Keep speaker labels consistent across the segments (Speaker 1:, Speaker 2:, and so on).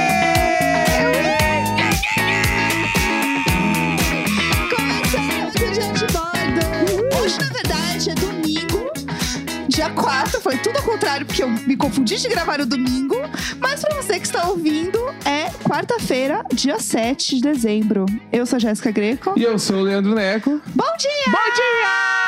Speaker 1: é tá, hoje, na verdade, é domingo, dia 4. Foi tudo ao contrário, porque eu me confundi de gravar o domingo. Mas pra você que está ouvindo, é quarta-feira, dia 7 de dezembro. Eu sou a Jéssica Greco.
Speaker 2: E eu sou o Leandro Neco.
Speaker 1: Bom dia!
Speaker 2: Bom dia!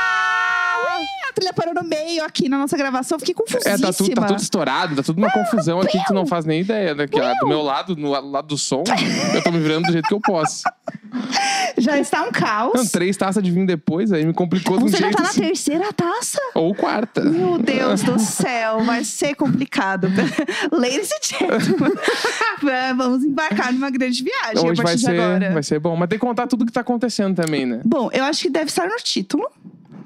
Speaker 1: A trilha parou no meio aqui na nossa gravação. Fiquei
Speaker 2: É,
Speaker 1: confusíssima.
Speaker 2: tá tudo, tá tudo estourado, tá tudo uma confusão aqui que tu não faz nem ideia. Daqui, ah, do meu lado, no lado lado do som, eu tô me virando do jeito que eu posso.
Speaker 1: Já está um caos.
Speaker 2: Não, três taças de vinho depois, aí me complicou de um
Speaker 1: Você já
Speaker 2: jeito
Speaker 1: tá na
Speaker 2: assim.
Speaker 1: terceira taça?
Speaker 2: Ou quarta.
Speaker 1: Meu Deus do céu, vai ser complicado. Ladies and gentlemen, eh, vamos embarcar numa grande viagem a
Speaker 2: Hoje
Speaker 1: partir
Speaker 2: vai
Speaker 1: de
Speaker 2: ser,
Speaker 1: agora.
Speaker 2: vai ser bom. Mas tem que contar tudo que tá acontecendo também, né?
Speaker 1: Bom, eu acho que deve estar no título.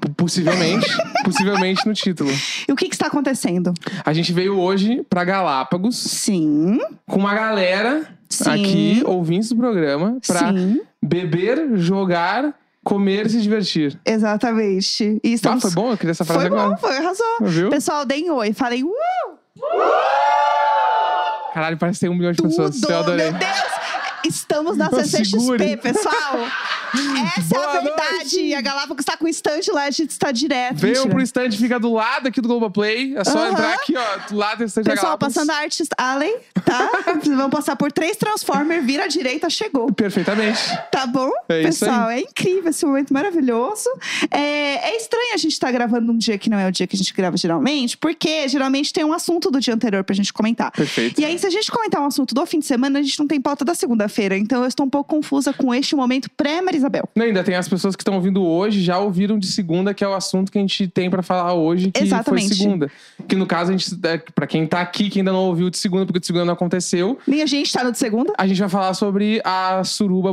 Speaker 2: P- Possivelmente. possivelmente no título.
Speaker 1: E o que, que está acontecendo?
Speaker 2: A gente veio hoje pra Galápagos
Speaker 1: Sim,
Speaker 2: com uma galera
Speaker 1: Sim.
Speaker 2: aqui, ouvintes do programa, pra
Speaker 1: sim,
Speaker 2: beber, jogar, comer e se divertir.
Speaker 1: exatamente. E
Speaker 2: Ah,
Speaker 1: estamos...
Speaker 2: foi bom? Eu queria essa frase
Speaker 1: Foi
Speaker 2: agora.
Speaker 1: bom, foi, arrasou.
Speaker 2: Viu?
Speaker 1: Pessoal, deem oi, falem uh,
Speaker 2: Caralho, parece que tem um milhão de
Speaker 1: tudo,
Speaker 2: pessoas. Eu adorei.
Speaker 1: meu Deus! Estamos na
Speaker 2: Não,
Speaker 1: CCXP,
Speaker 2: segure.
Speaker 1: pessoal! Essa é a
Speaker 2: Boa
Speaker 1: verdade! A Galápagos está com o stand lá, a gente está direto.
Speaker 2: Venham
Speaker 1: mentira.
Speaker 2: um pro stand, fica do lado aqui do Globoplay. É só
Speaker 1: Aham.
Speaker 2: entrar aqui, ó, do lado do stand da
Speaker 1: Pessoal,
Speaker 2: Galápagos.
Speaker 1: passando a Artes Allen, tá? Vocês vão passar por três Transformer, vira à direita, chegou.
Speaker 2: Perfeitamente.
Speaker 1: Tá bom?
Speaker 2: É isso
Speaker 1: Pessoal, é incrível esse momento maravilhoso. É, é estranho a gente estar gravando num dia que não é o dia que a gente grava geralmente, porque geralmente tem um assunto do dia anterior pra gente comentar.
Speaker 2: Perfeito.
Speaker 1: E aí, se a gente comentar um assunto do fim de semana, a gente não tem pauta da segunda-feira. Então, eu estou um pouco confusa com este momento pré-Marisabel.
Speaker 2: Não, ainda tem as pessoas que estão ouvindo hoje, já ouviram de segunda, que é o assunto que a gente tem pra falar hoje, que
Speaker 1: Exatamente.
Speaker 2: foi segunda. Que no caso, a gente, é, pra quem tá aqui, que ainda não ouviu de segunda, porque de segunda não aconteceu,
Speaker 1: Nem a gente tá no de segunda.
Speaker 2: a gente vai falar sobre a suruba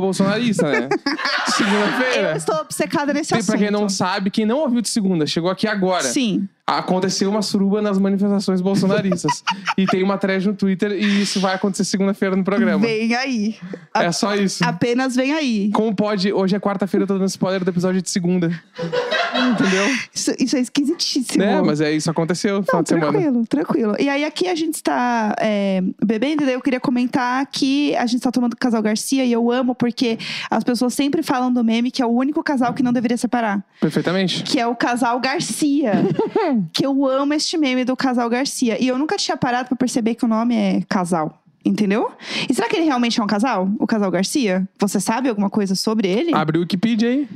Speaker 2: bolsonarista, né?
Speaker 1: Eu
Speaker 2: Segunda-feira.
Speaker 1: estou obcecada nesse
Speaker 2: É. Tem
Speaker 1: assunto.
Speaker 2: pra quem não sabe, quem não ouviu de segunda, chegou aqui agora.
Speaker 1: Sim.
Speaker 2: Aconteceu uma suruba nas manifestações bolsonaristas. e tem uma thread no Twitter e isso vai acontecer segunda-feira no programa.
Speaker 1: Vem aí. A-
Speaker 2: É só isso.
Speaker 1: Apenas vem aí.
Speaker 2: Como pode? Hoje é quarta-feira, eu tô dando spoiler do episódio de segunda. Entendeu?
Speaker 1: Isso, isso é esquisitíssimo.
Speaker 2: É, mas é isso, aconteceu no final de semana.
Speaker 1: Tranquilo, tranquilo. E aí aqui a gente está é, bebendo, e daí eu queria comentar que a gente está tomando Casal Garcia e eu amo porque as pessoas sempre falam do meme que é o único casal que não deveria separar,
Speaker 2: Perfeitamente.
Speaker 1: que é o Casal Garcia. que eu amo este meme do Casal Garcia. E eu nunca tinha parado para perceber que o nome é casal. Entendeu? E será que ele realmente é um casal? O casal Garcia? Você sabe alguma coisa sobre ele?
Speaker 2: Abriu o Wikipedia aí.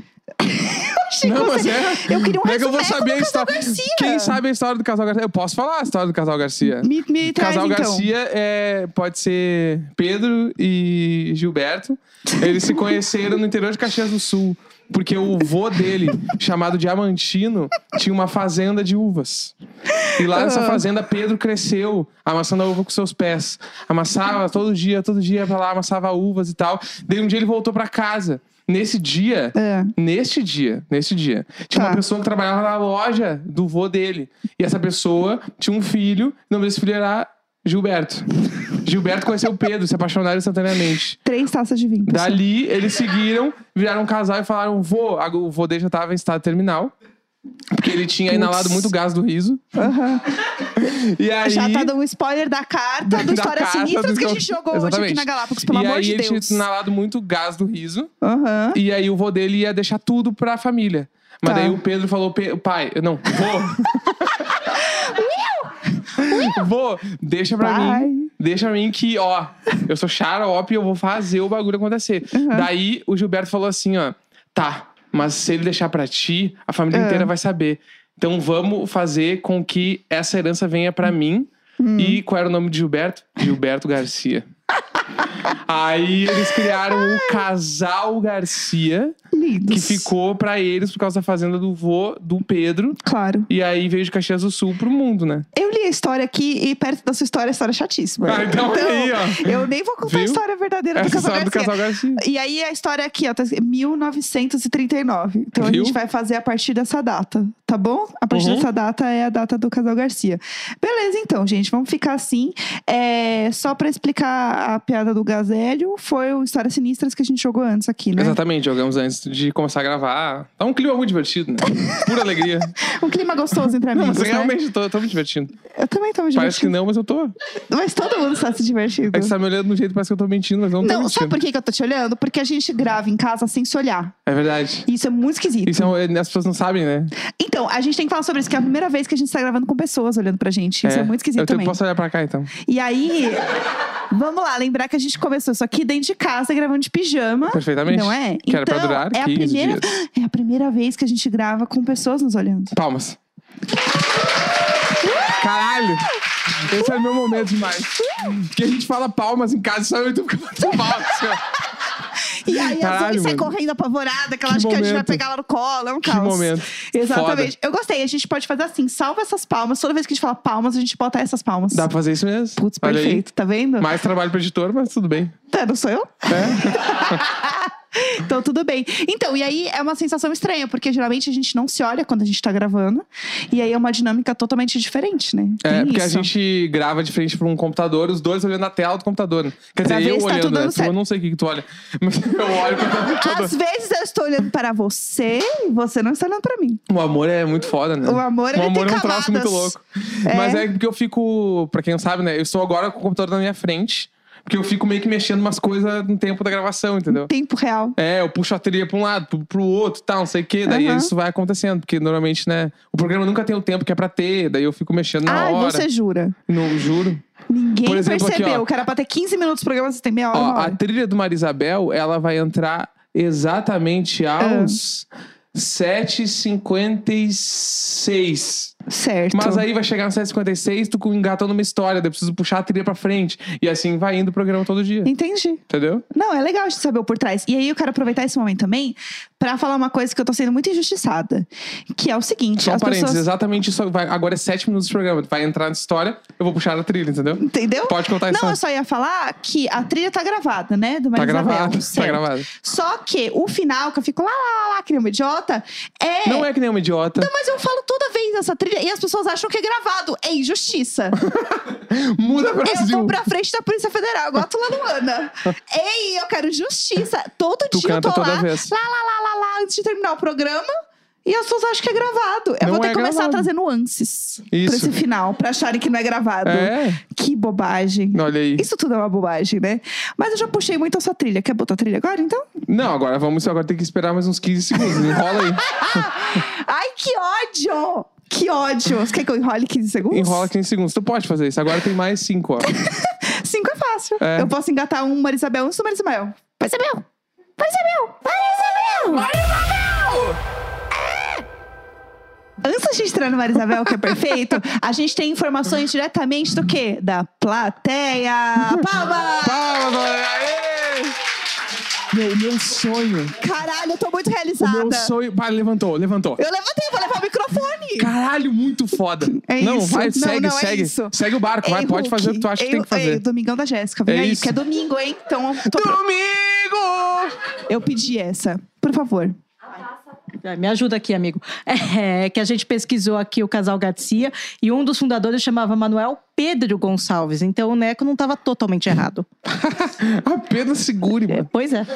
Speaker 1: Achei que
Speaker 2: Ah, Não, mas
Speaker 1: você-
Speaker 2: é.
Speaker 1: Eu queria um
Speaker 2: Como é que eu vou
Speaker 1: resumeco
Speaker 2: saber a
Speaker 1: do Casal
Speaker 2: história?
Speaker 1: Garcia.
Speaker 2: Quem sabe a história do Casal Garcia? Eu posso falar a história do Casal Garcia.
Speaker 1: Me, me traz,
Speaker 2: Casal
Speaker 1: então.
Speaker 2: Garcia é, pode ser Pedro e Gilberto. Eles se conheceram no interior de Caxias do Sul, porque o vô dele, chamado Diamantino, tinha uma fazenda de uvas. E lá nessa fazenda, Pedro cresceu amassando a uva com seus pés. Amassava todo dia, todo dia ia pra lá, amassava uvas e tal. Daí um dia ele voltou pra casa. Nesse dia,
Speaker 1: É.
Speaker 2: Neste dia, neste dia, tinha
Speaker 1: Tá.
Speaker 2: uma pessoa que trabalhava na loja do vô dele. E essa pessoa tinha um filho, o nome desse filho era Gilberto. Gilberto conheceu o Pedro, se apaixonaram instantaneamente.
Speaker 1: Três taças de vinho. pessoal.
Speaker 2: Dali, eles seguiram, viraram um casal e falaram: vô, a- o vô dele já tava em estado terminal. Porque ele tinha
Speaker 1: Putz.
Speaker 2: inalado muito gás do riso.
Speaker 1: Aham.
Speaker 2: E aí.
Speaker 1: Já tá dando um spoiler da carta do
Speaker 2: da
Speaker 1: História
Speaker 2: carta
Speaker 1: Sinistras
Speaker 2: do
Speaker 1: que a
Speaker 2: jo-
Speaker 1: gente jogou hoje aqui
Speaker 2: Exatamente.
Speaker 1: na Galápagos, pelo
Speaker 2: e
Speaker 1: amor
Speaker 2: aí
Speaker 1: de
Speaker 2: ele
Speaker 1: Deus.
Speaker 2: tinha inalado muito gás do riso.
Speaker 1: Aham.
Speaker 2: E aí o vô dele ia deixar tudo pra família. Mas
Speaker 1: Tá.
Speaker 2: daí o Pedro falou, "Pe- pai, não, vô. vô, deixa pra
Speaker 1: Pai.
Speaker 2: mim. Deixa pra mim que, ó, eu sou xarope e eu vou fazer o bagulho acontecer. Daí o Gilberto falou assim, ó, tá, mas se ele deixar pra ti, a família
Speaker 1: É.
Speaker 2: inteira vai saber. Então vamos fazer com que essa herança venha pra mim.
Speaker 1: Hum.
Speaker 2: E qual era o nome de Gilberto? Gilberto Garcia. Aí eles criaram o casal Garcia,
Speaker 1: Lindos.
Speaker 2: que ficou pra eles por causa da fazenda do vô do Pedro.
Speaker 1: Claro.
Speaker 2: E aí veio de Caxias do Sul pro mundo, né?
Speaker 1: Eu li a história aqui e perto da sua história, a história é chatíssima.
Speaker 2: Ah, então aí, ó.
Speaker 1: Eu nem vou contar a
Speaker 2: Viu?
Speaker 1: história verdadeira do
Speaker 2: Essa
Speaker 1: Casal
Speaker 2: história
Speaker 1: Garcia. né?
Speaker 2: do casal Garcia.
Speaker 1: E aí a história aqui, ó, tá escrito 1939. Então a
Speaker 2: Viu?
Speaker 1: gente vai fazer a partir dessa data, tá bom? A partir
Speaker 2: Uhum.
Speaker 1: dessa data é a data do Casal Garcia. Beleza, então, gente, vamos ficar assim. É, só pra explicar a piada do Gazélio, foi o Histórias Sinistras que a gente jogou antes aqui, né?
Speaker 2: Exatamente, jogamos antes de de começar a gravar. Tá um clima muito divertido, né? Pura alegria.
Speaker 1: Um clima gostoso entre
Speaker 2: Não,
Speaker 1: amigos,
Speaker 2: mas
Speaker 1: né?
Speaker 2: realmente tô, tô me divertindo.
Speaker 1: Eu também tô me
Speaker 2: Parece que
Speaker 1: divertindo.
Speaker 2: não, mas eu tô.
Speaker 1: Mas todo mundo está se divertindo.
Speaker 2: É que você tá me olhando de um jeito que parece que eu tô mentindo, mas eu não, tô
Speaker 1: Não,
Speaker 2: mentindo.
Speaker 1: sabe por que que eu tô te olhando? Porque a gente grava em casa sem se olhar.
Speaker 2: É verdade.
Speaker 1: E Isso é muito esquisito.
Speaker 2: Isso é, um- as pessoas não sabem, né?
Speaker 1: Então, a gente tem que falar sobre isso, que é a primeira vez que a gente tá gravando com pessoas olhando pra gente. Isso é, muito esquisito
Speaker 2: eu te-
Speaker 1: também.
Speaker 2: posso olhar pra cá, então.
Speaker 1: E aí, vamos lá, lembrar que a gente começou isso aqui dentro de casa, gravando de pijama.
Speaker 2: Perfeitamente.
Speaker 1: Não é?
Speaker 2: Que era pra durar
Speaker 1: é a
Speaker 2: 15
Speaker 1: primeira,
Speaker 2: dias.
Speaker 1: É a primeira vez que a gente grava com pessoas nos olhando.
Speaker 2: Palmas. Caralho! Esse é o meu momento demais. Porque a gente fala palmas em casa, só eu e tu fica batendo palmas. assim, ó.
Speaker 1: E aí a Zoe
Speaker 2: Caralho,
Speaker 1: sai
Speaker 2: mano.
Speaker 1: correndo apavorada, que ela
Speaker 2: Que
Speaker 1: acha que a gente vai
Speaker 2: momento.
Speaker 1: pegar ela no colo, é um
Speaker 2: Que
Speaker 1: caos.
Speaker 2: momento.
Speaker 1: Exatamente. Eu gostei, a gente pode fazer assim, salva essas palmas. Toda vez que a gente fala palmas, a gente bota essas palmas.
Speaker 2: Dá pra fazer isso mesmo?
Speaker 1: Putz,
Speaker 2: Olha aí.
Speaker 1: perfeito, tá vendo?
Speaker 2: Mais trabalho pro editor, mas tudo bem.
Speaker 1: Tá, não sou eu?
Speaker 2: É.
Speaker 1: Então, tudo bem. Então, e aí é uma sensação estranha, porque geralmente a gente não se olha quando a gente tá gravando. E aí é uma dinâmica totalmente diferente, né?
Speaker 2: É,
Speaker 1: Tem
Speaker 2: porque
Speaker 1: isso.
Speaker 2: a gente grava de frente pra um computador, os dois olhando a tela do computador. né? Quer
Speaker 1: Pra
Speaker 2: dizer,
Speaker 1: ver se
Speaker 2: eu
Speaker 1: tá
Speaker 2: olhando,
Speaker 1: tudo
Speaker 2: né?
Speaker 1: dando
Speaker 2: Tu- Eu
Speaker 1: certo.
Speaker 2: não sei o que, que tu olha. Mas eu olho pra todo.
Speaker 1: Às vezes eu estou olhando para você e você não está olhando para mim.
Speaker 2: O amor é muito foda, né?
Speaker 1: O amor, ele
Speaker 2: o amor
Speaker 1: tem
Speaker 2: é um
Speaker 1: camadas.
Speaker 2: troço muito louco.
Speaker 1: É.
Speaker 2: Mas é porque eu fico, pra quem não sabe, né? Eu estou agora com o computador na minha frente, porque eu fico meio que mexendo umas coisas no tempo da gravação, entendeu?
Speaker 1: Tempo real.
Speaker 2: É, eu puxo a trilha pra um lado, pro, pro outro e tal, não sei o quê. Daí
Speaker 1: Aham.
Speaker 2: isso vai acontecendo, porque normalmente, né? O programa nunca tem o tempo que é pra ter, daí eu fico mexendo na
Speaker 1: ah,
Speaker 2: hora.
Speaker 1: você jura.
Speaker 2: Não, juro.
Speaker 1: Ninguém
Speaker 2: Por exemplo, aqui,
Speaker 1: percebeu.
Speaker 2: ó.
Speaker 1: que era pra ter 15 minutos de programa, você tem meia hora.
Speaker 2: Ó,
Speaker 1: uma
Speaker 2: a
Speaker 1: hora.
Speaker 2: trilha do Marisabel, ela vai entrar exatamente
Speaker 1: Ah.
Speaker 2: aos 7h56.
Speaker 1: Certo.
Speaker 2: Mas aí vai chegar no 7h56, tu com- engatando uma história, daí eu preciso puxar a trilha pra frente. E assim vai indo o programa todo dia.
Speaker 1: Entendi.
Speaker 2: Entendeu?
Speaker 1: Não, é legal a gente saber o por trás. E aí eu quero aproveitar esse momento também pra falar uma coisa que eu tô sendo muito injustiçada. Que é o seguinte,
Speaker 2: Só um
Speaker 1: as
Speaker 2: parênteses,
Speaker 1: pessoas...
Speaker 2: exatamente isso. Vai, agora é 7 minutos de programa. Vai entrar na história, eu vou puxar a trilha, entendeu?
Speaker 1: Entendeu?
Speaker 2: Pode contar a
Speaker 1: Não,
Speaker 2: história.
Speaker 1: eu só ia falar que a trilha tá gravada, né? Do
Speaker 2: Tá
Speaker 1: Maria Isabel,
Speaker 2: gravado, tá
Speaker 1: certo.
Speaker 2: gravado.
Speaker 1: Só que o final, que eu fico lá, lá, lá, lá, que nem uma idiota, é...
Speaker 2: Não é que nem uma idiota.
Speaker 1: Mas eu falo toda vez essa trilha e as pessoas acham que é gravado. É injustiça.
Speaker 2: Muda
Speaker 1: eu
Speaker 2: Brasil.
Speaker 1: tô pra frente da Polícia Federal, igual a Tulaluana. Ei, eu quero justiça. Todo
Speaker 2: Tu
Speaker 1: dia eu
Speaker 2: canta
Speaker 1: tô
Speaker 2: toda
Speaker 1: lá,
Speaker 2: vez.
Speaker 1: lá, lá, lá, lá, lá, antes de terminar o programa. E as pessoas acham que é gravado. Eu
Speaker 2: Não
Speaker 1: vou ter
Speaker 2: é
Speaker 1: que começar
Speaker 2: gravado.
Speaker 1: a trazer nuances pra
Speaker 2: Isso.
Speaker 1: esse final, pra acharem que não é gravado.
Speaker 2: É?
Speaker 1: Que bobagem.
Speaker 2: Olha aí.
Speaker 1: Isso tudo é uma bobagem, né? Mas eu já puxei muito a sua trilha. Quer botar a trilha agora, então?
Speaker 2: Não, agora vamos, agora tem que esperar mais uns 15 segundos. Enrola aí.
Speaker 1: Ai, que ódio! Que ódio! Você quer que eu enrole 15 segundos?
Speaker 2: Enrola 15 segundos. Tu pode fazer isso. Agora tem mais 5, ó.
Speaker 1: 5 é fácil.
Speaker 2: É.
Speaker 1: Eu posso engatar um Marisabel, um Marisabel. Marisabel! Marisabel! Marisabel! É! Antes de entrar no Marisabel, que é perfeito, a gente tem informações diretamente do quê? Da plateia! Palma!
Speaker 2: Palmas, galera! Aê! Meu, meu sonho.
Speaker 1: Caralho, eu tô muito
Speaker 2: O
Speaker 1: realizada.
Speaker 2: meu sonho. Pá, levantou, levantou.
Speaker 1: Eu levantei, vou levar o microfone!
Speaker 2: Caralho, muito foda.
Speaker 1: É
Speaker 2: não,
Speaker 1: isso.
Speaker 2: vai,
Speaker 1: Não,
Speaker 2: segue,
Speaker 1: não, é
Speaker 2: segue.
Speaker 1: isso.
Speaker 2: Segue o barco, vai,
Speaker 1: Ei,
Speaker 2: pode
Speaker 1: Hulk,
Speaker 2: fazer o que tu acha
Speaker 1: ei,
Speaker 2: que tem que
Speaker 1: Ei,
Speaker 2: fazer.
Speaker 1: Domingão da Jéssica, vem
Speaker 2: É
Speaker 1: aí,
Speaker 2: isso.
Speaker 1: que é domingo, hein? Então, eu tô pro-
Speaker 2: Domingo!
Speaker 1: eu pedi essa. Por favor.
Speaker 3: Ah, Me ajuda aqui, amigo. É, que a gente pesquisou aqui o casal Garcia e um dos fundadores chamava Manuel Pedro Gonçalves. Então o Neco não estava totalmente errado.
Speaker 2: Apenas segure, mano.
Speaker 3: Pois é.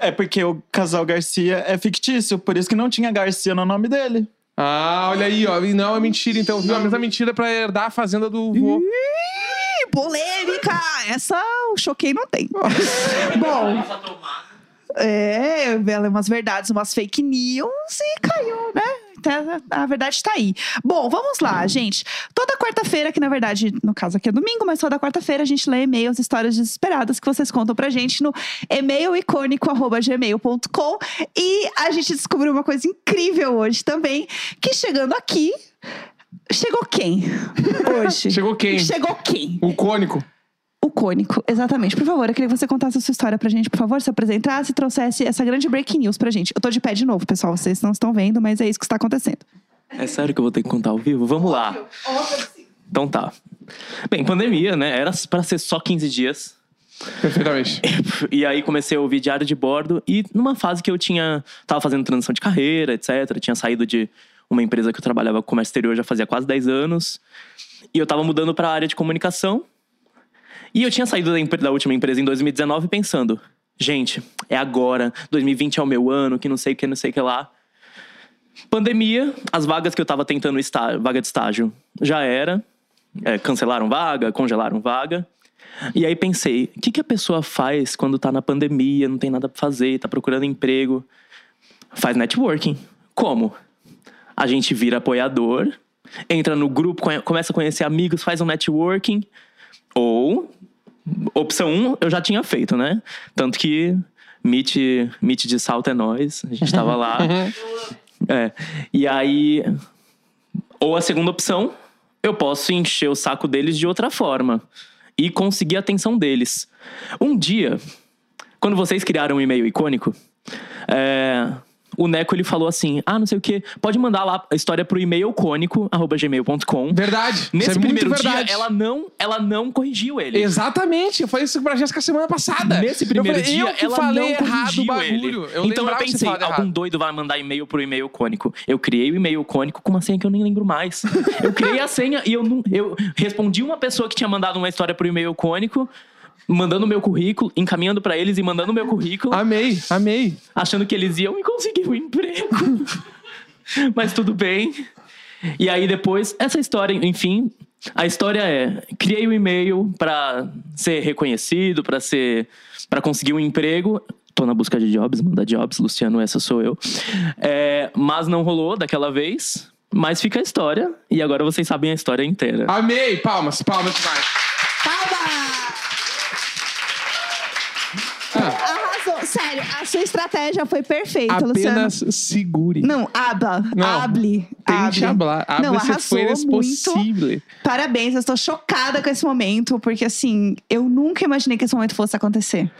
Speaker 4: É porque o casal Garcia é fictício, por isso que não tinha Garcia no nome dele.
Speaker 2: Ah, olha aí, ó. E não é mentira, então, viu? A mesma mentira pra herdar a fazenda do vô.
Speaker 1: Ih, polêmica! Essa o choquei não tem. Bom. É, ela é umas verdades, umas fake news e caiu, né? Então, A verdade tá aí. Bom, vamos lá, gente. Toda quarta-feira, que na verdade, no caso aqui é domingo, mas toda quarta-feira a gente lê e-mails, histórias desesperadas que vocês contam pra gente no e-mailicônico.gmail.com. E a gente descobriu uma coisa incrível hoje também, que chegando aqui, chegou quem? Hoje.
Speaker 2: Chegou quem?
Speaker 1: Chegou quem?
Speaker 2: O cônico.
Speaker 1: O cônico, exatamente. Por favor, eu queria que você contasse a sua história pra gente, por favor, se apresentasse e trouxesse essa grande breaking news pra gente. Eu tô de pé de novo, pessoal, vocês não estão vendo, mas é isso que está acontecendo.
Speaker 5: É sério que eu vou ter que contar ao vivo? Vamos lá. Então tá. Bem, pandemia, né? Era pra ser só 15 dias.
Speaker 2: Perfeitamente.
Speaker 5: E aí comecei a ouvir diário de bordo. E numa fase que eu tinha. Tava fazendo transição de carreira, etc. Tinha saído de uma empresa que eu trabalhava com comércio exterior já fazia quase 10 anos. E eu tava mudando pra área de comunicação. E eu tinha saído da, empre- da última empresa em 2019 pensando: gente, é agora, 2020 é o meu ano, que não sei o que, não sei o que lá. Pandemia, as vagas que eu tava tentando, está- vaga de estágio, já era. É, cancelaram vaga, congelaram vaga. E aí pensei, o que, que a pessoa faz quando tá na pandemia, não tem nada pra fazer, tá procurando emprego? Faz networking. Como? A gente vira apoiador, entra no grupo, conhe- começa a conhecer amigos, faz um networking. Ou, opção 1, um, eu já tinha feito, né? Tanto que Meet, meet de salto é nós, a gente tava lá. É. E aí, ou a segunda opção, eu posso encher o saco deles de outra forma e conseguir a atenção deles. Um dia, quando vocês criaram um e-mail icônico, é, o Neco ele falou assim: ah, não sei o que, pode mandar lá a história pro e-mail icônico, arroba gmail.com.
Speaker 2: Verdade.
Speaker 5: Nesse
Speaker 2: isso é
Speaker 5: primeiro
Speaker 2: muito
Speaker 5: dia,
Speaker 2: verdade.
Speaker 5: ela não, ela não corrigiu ele.
Speaker 2: Exatamente, eu falei isso pra Jéssica semana passada.
Speaker 5: Nesse primeiro
Speaker 2: eu falei,
Speaker 5: dia,
Speaker 2: eu que
Speaker 5: ela
Speaker 2: falei
Speaker 5: não
Speaker 2: errado o
Speaker 5: corrigiu
Speaker 2: bagulho.
Speaker 5: ele.
Speaker 2: Eu
Speaker 5: então eu
Speaker 2: lembrava que tinha
Speaker 5: pensei,
Speaker 2: falado
Speaker 5: algum
Speaker 2: errado.
Speaker 5: doido vai mandar e-mail pro e-mail cônico. Eu criei o e-mail cônico com uma senha que eu nem lembro mais. Eu criei a senha e eu não, eu respondi uma pessoa que tinha mandado uma história pro e-mail cônico, mandando o meu currículo, encaminhando pra eles e mandando o meu currículo,
Speaker 2: Amei, amei.
Speaker 5: achando que eles iam me conseguir um emprego. Mas tudo bem. E aí depois, essa história, enfim, a história é: criei o e-mail pra ser reconhecido, pra ser para conseguir um emprego. Tô na busca de jobs, manda jobs, Luciano, essa sou eu. É, mas não rolou daquela vez. Mas fica a história, e agora vocês sabem a história inteira.
Speaker 2: Amei, palmas, palmas demais.
Speaker 1: Palma!
Speaker 2: Ah,
Speaker 1: Arrasou. Sério, a sua estratégia foi perfeita, Luciano.
Speaker 2: apenas segure.
Speaker 1: Não, aba.
Speaker 2: Não,
Speaker 1: Hable. hable.
Speaker 2: Tente hablar.
Speaker 1: Não,
Speaker 2: Abre se
Speaker 1: arrasou
Speaker 2: for
Speaker 1: muito.
Speaker 2: possível.
Speaker 1: Parabéns, eu estou chocada com esse momento, porque assim, eu nunca imaginei que esse momento fosse acontecer.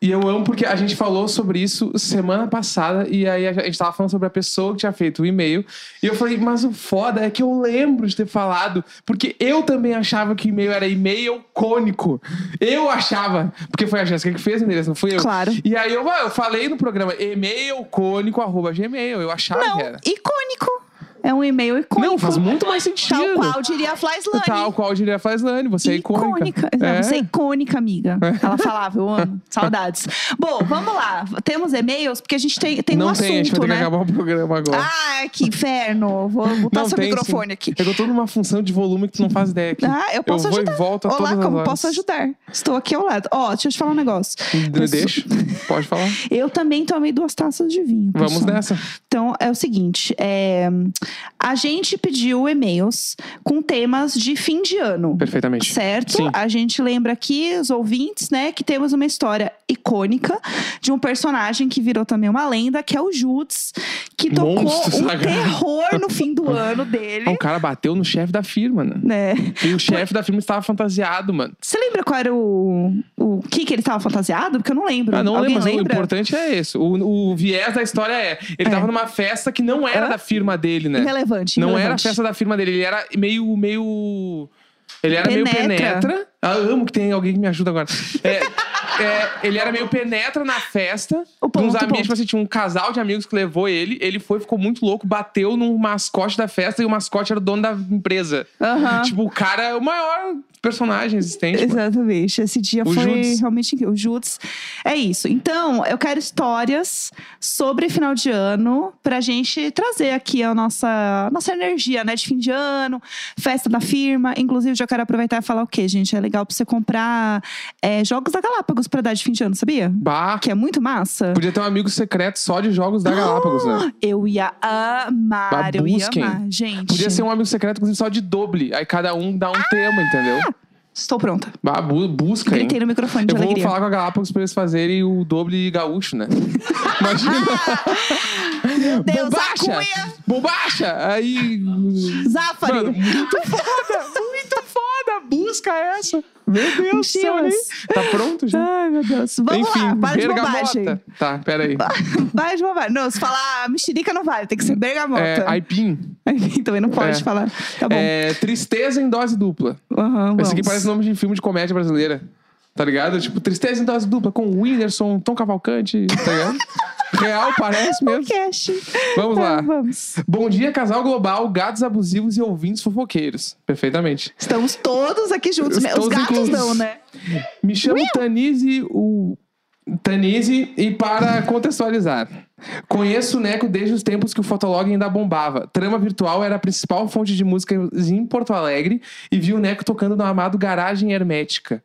Speaker 2: E eu amo porque a gente falou sobre isso semana passada e aí a gente tava falando sobre a pessoa que tinha feito o e-mail. E eu falei, mas o foda é que eu lembro de ter falado, porque eu também achava que o e-mail era e-mail cônico. Eu achava, porque foi a Jéssica que fez o endereço, não fui eu.
Speaker 1: Claro.
Speaker 2: E aí eu, eu falei no programa, e-mail cônico arroba gmail, eu achava
Speaker 1: Não,
Speaker 2: que era.
Speaker 1: icônico. É um e-mail icônico.
Speaker 2: Não, faz muito mais
Speaker 1: Tal
Speaker 2: sentido.
Speaker 1: qual diria a Flyslane.
Speaker 2: Tal qual diria faz Lani, você é icônica.
Speaker 1: Não,
Speaker 2: É.
Speaker 1: Você é icônica, amiga. Ela falava, eu amo. Saudades. Bom, vamos lá. Temos e-mails, porque a gente tem, tem
Speaker 2: não
Speaker 1: um assunto,
Speaker 2: tem, a gente vai ter
Speaker 1: né?
Speaker 2: que acabar o programa agora.
Speaker 1: Ah, que inferno. Vou botar
Speaker 2: Não,
Speaker 1: seu
Speaker 2: tem,
Speaker 1: microfone
Speaker 2: sim.
Speaker 1: aqui.
Speaker 2: É que eu tô numa função de volume que tu não faz ideia aqui.
Speaker 1: Ah, eu posso
Speaker 2: eu vou
Speaker 1: ajudar.
Speaker 2: e volto a
Speaker 1: Olá,
Speaker 2: todas
Speaker 1: como
Speaker 2: as horas.
Speaker 1: posso ajudar? Estou aqui ao lado. Ó, deixa eu te falar um negócio.
Speaker 2: Me Deixa, pode falar.
Speaker 1: Eu também tomei duas taças de vinho.
Speaker 2: Vamos né?
Speaker 1: pessoal.
Speaker 2: nessa.
Speaker 1: Então, é o seguinte: é, a gente pediu e-mails com temas de fim de ano.
Speaker 2: Perfeitamente.
Speaker 1: Certo?
Speaker 2: Sim.
Speaker 1: A gente lembra aqui, os ouvintes, né, que temos uma história icônica de um personagem que virou também uma lenda, que é o Judas, que tocou
Speaker 2: Monstro
Speaker 1: um
Speaker 2: sagrado.
Speaker 1: terror no fim do ano
Speaker 2: Ah,
Speaker 1: dele.
Speaker 2: O cara bateu no chefe da firma, né?
Speaker 1: Né?
Speaker 2: E o chefe da firma estava fantasiado, mano.
Speaker 1: Você lembra qual era o, o que que ele estava fantasiado? Porque eu não lembro.
Speaker 2: Ah, não
Speaker 1: Alguém
Speaker 2: lembro, mas o
Speaker 1: lembra?
Speaker 2: importante é esse. O, o viés da história é: ele tava numa festa que não era
Speaker 1: Ah.
Speaker 2: da firma dele, né?
Speaker 1: Irrelevante.
Speaker 2: Não era a
Speaker 1: irrelevante.
Speaker 2: festa da firma dele, ele era meio. meio... Ele era meio
Speaker 1: Penetra.
Speaker 2: penetra. Ah, amo que tem alguém que me ajuda agora. É, é, ele era meio penetra na festa.
Speaker 1: O ponto,
Speaker 2: uns
Speaker 1: o
Speaker 2: amigos,
Speaker 1: ponto.
Speaker 2: tipo assim, tinha um casal de amigos que levou ele. Ele foi, ficou muito louco, bateu num mascote da festa e o mascote era o dono da empresa.
Speaker 1: Aham.
Speaker 2: Tipo, o cara é o maior personagem existente. mano.
Speaker 1: Exatamente. Esse dia
Speaker 2: O
Speaker 1: foi
Speaker 2: Judas.
Speaker 1: realmente incrível. O Judas. É isso. Então, eu quero histórias sobre final de ano pra gente trazer aqui a nossa, nossa energia, né? De fim de ano, festa da firma. Inclusive, já quero aproveitar e falar o quê, gente? É legal pra você comprar é, jogos da Galápagos pra dar de fim de ano, sabia?
Speaker 2: Bah,
Speaker 1: Que é muito massa.
Speaker 2: podia ter um amigo secreto só de jogos da Galápagos, né?
Speaker 1: Eu ia amar,
Speaker 2: Mas
Speaker 1: eu ia
Speaker 2: busquem.
Speaker 1: amar. Gente,
Speaker 2: Podia ser um amigo secreto, inclusive, só de doble. Aí cada um dá um tema, entendeu?
Speaker 1: estou pronta.
Speaker 2: Bah, bu- busca, hein?
Speaker 1: Gritei no microfone de
Speaker 2: Eu vou
Speaker 1: alegria.
Speaker 2: falar com a Galápagos pra eles fazerem o doble gaúcho, né? Imagina.
Speaker 1: Meu Ah, Deus,
Speaker 2: Bombacha!
Speaker 1: Acunha,
Speaker 2: Bombacha! Aí.
Speaker 1: Zafari.
Speaker 2: Mano, muito foda! Muito foda! Busca essa! Meu Deus do céu, hein?
Speaker 1: Mentiras.
Speaker 2: Tá pronto já?
Speaker 1: Ai, meu Deus. Vamos
Speaker 2: Enfim,
Speaker 1: lá, para de
Speaker 2: bergamota.
Speaker 1: bobagem.
Speaker 2: Tá, peraí.
Speaker 1: Para de bobagem. Não, se falar mexerica não vale, tem que ser bergamota.
Speaker 2: É, aipim.
Speaker 1: Enfim, também não pode
Speaker 2: É.
Speaker 1: falar. Tá bom.
Speaker 2: É, tristeza em dose dupla.
Speaker 1: Aham,
Speaker 2: Esse aqui
Speaker 1: vamos.
Speaker 2: parece um nome de filme de comédia brasileira. Tá ligado? Tipo, Tristeza em dose dupla com o Whindersson, Tom Cavalcante, tá ligado? Real, parece mesmo.
Speaker 1: Podcast.
Speaker 2: Vamos
Speaker 1: É,
Speaker 2: lá.
Speaker 1: vamos.
Speaker 2: Bom dia, casal global, gados abusivos e ouvintes fofoqueiros. Perfeitamente.
Speaker 1: Estamos todos aqui juntos.
Speaker 2: Estamos
Speaker 1: Os gatos
Speaker 2: inclusos.
Speaker 1: não, né?
Speaker 2: Me chamo Tanise o Tanise, e para contextualizar. Conheço o Neco desde os tempos que o Fotolog ainda bombava. Trama Virtual era a principal fonte de música em Porto Alegre e vi o Neco tocando no amado Garagem Hermética.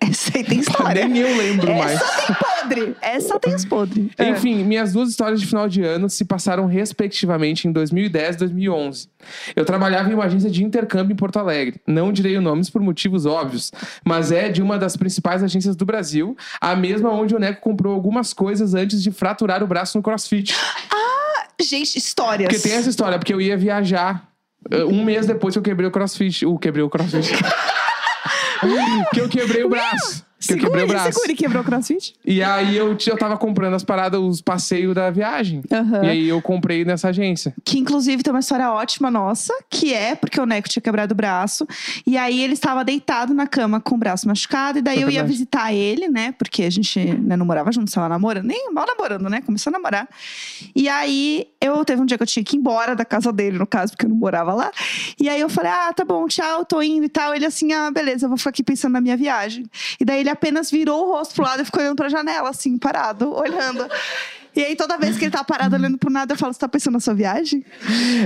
Speaker 1: Essa aí tem história.
Speaker 2: Nem eu lembro mais.
Speaker 1: Essa tem podre. Essa tem os podres.
Speaker 2: Enfim, minhas duas histórias de final de ano se passaram respectivamente em 2010 e 2011. Eu trabalhava em uma agência de intercâmbio em Porto Alegre. Não direi os nomes por motivos óbvios, mas é de uma das principais agências do Brasil, a mesma onde o Neco comprou algumas coisas antes de fraturar o braço no crossfit.
Speaker 1: É. Gente, histórias.
Speaker 2: Porque tem essa história, porque eu ia viajar uh, um mês depois que eu quebrei o crossfit. O quebrei o crossfit. que eu quebrei o braço. Que eu quebrei o braço.
Speaker 1: segure, quebrou o crossfit.
Speaker 2: E aí eu, t- eu tava comprando as paradas, os passeios da viagem.
Speaker 1: Aham.
Speaker 2: E aí eu comprei nessa agência.
Speaker 1: Que inclusive tem uma história ótima nossa, que é porque o Neco tinha quebrado o braço. E aí ele estava deitado na cama com o braço machucado. E daí
Speaker 2: É
Speaker 1: eu ia
Speaker 2: verdade.
Speaker 1: visitar ele, né? Porque a gente né, não morava junto, estava namorando, nem mal namorando, né? Começou a namorar. E aí eu teve um dia que eu tinha que ir embora da casa dele, no caso, porque eu não morava lá. E aí eu falei, ah, tá bom, tchau, tô indo e tal. Ele assim, ah, beleza, eu vou ficar aqui pensando na minha viagem. E daí ele apenas virou o rosto pro lado e ficou olhando pra janela, assim, parado, olhando. E aí, toda vez que ele tá parado olhando pro nada, eu falo: Você tá pensando na sua viagem?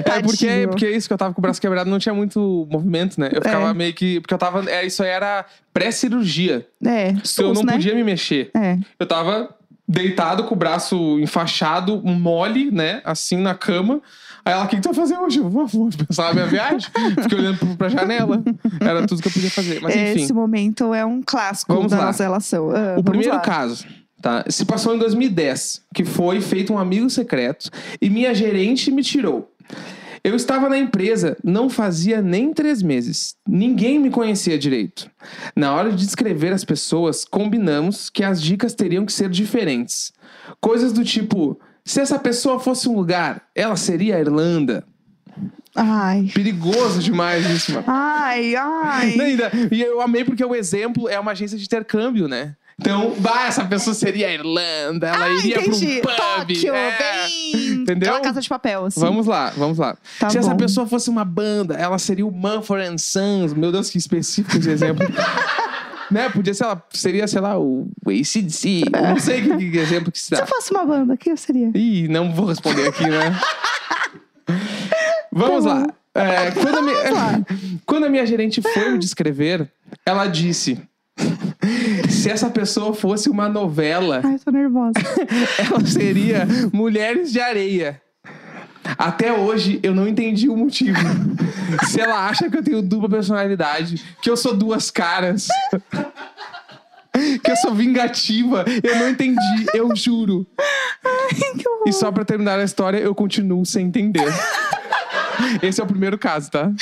Speaker 2: É porque, é
Speaker 1: Tadinho.
Speaker 2: porque é isso que eu tava com o braço quebrado, não tinha muito movimento, né? Eu ficava
Speaker 1: É.
Speaker 2: meio que. Porque eu tava. É, isso aí era pré-cirurgia.
Speaker 1: É,
Speaker 2: Então eu
Speaker 1: SUS,
Speaker 2: não
Speaker 1: né?
Speaker 2: podia me mexer.
Speaker 1: É.
Speaker 2: Eu tava deitado com o braço enfaixado, mole, né? Assim na cama. Aí ela, o que, que tu vai fazer hoje? Eu vou, vou pensar na minha viagem. Fiquei olhando pro- pra janela. Era tudo que eu podia fazer. Mas enfim.
Speaker 1: Esse momento é um clássico
Speaker 2: Vamos
Speaker 1: da
Speaker 2: lá.
Speaker 1: nossa relação. Ah, vamos
Speaker 2: O primeiro
Speaker 1: lá.
Speaker 2: caso, tá? Se passou em 2010, que foi feito um amigo secreto e minha gerente me tirou. Eu estava na empresa, não fazia nem três meses. Ninguém me conhecia direito. Na hora de descrever as pessoas, combinamos que as dicas teriam que ser diferentes. Coisas do tipo: se essa pessoa fosse um lugar, ela seria a Irlanda.
Speaker 1: Ai.
Speaker 2: Perigoso demais isso, mano.
Speaker 1: Ai, ai.
Speaker 2: Não, ainda- E eu amei porque o exemplo é uma agência de intercâmbio, né? Então, bah, essa pessoa seria a Irlanda, ela
Speaker 1: Ah,
Speaker 2: iria para um
Speaker 1: entendi.
Speaker 2: pub.
Speaker 1: Tóquio,
Speaker 2: é.
Speaker 1: bem.
Speaker 2: Entendeu?
Speaker 1: Aquela casa de papel, assim.
Speaker 2: Vamos lá, vamos lá.
Speaker 1: Tá
Speaker 2: Se essa
Speaker 1: bom.
Speaker 2: pessoa fosse uma banda, ela seria o Manfred and Sons. Meu Deus, que específico esse exemplo. né? Podia ser, ela seria, sei lá, o ACDC. Eu Não sei que, que exemplo que se
Speaker 1: Se
Speaker 2: dá.
Speaker 1: eu fosse uma banda, quem eu seria?
Speaker 2: Ih, não vou responder aqui, né? Vamos
Speaker 1: Tá bom.
Speaker 2: lá. É, quando, a minha, quando a minha gerente foi me descrever, ela disse: se essa pessoa fosse uma novela,
Speaker 1: Ai, eu tô nervosa.
Speaker 2: ela seria Mulheres de Areia. Até hoje eu não entendi o motivo. Se ela acha que eu tenho dupla personalidade, que eu sou duas caras, que eu sou vingativa, eu não entendi, eu juro.
Speaker 1: que horror.
Speaker 2: E só pra terminar a história, eu continuo sem entender. Esse é o primeiro caso, tá?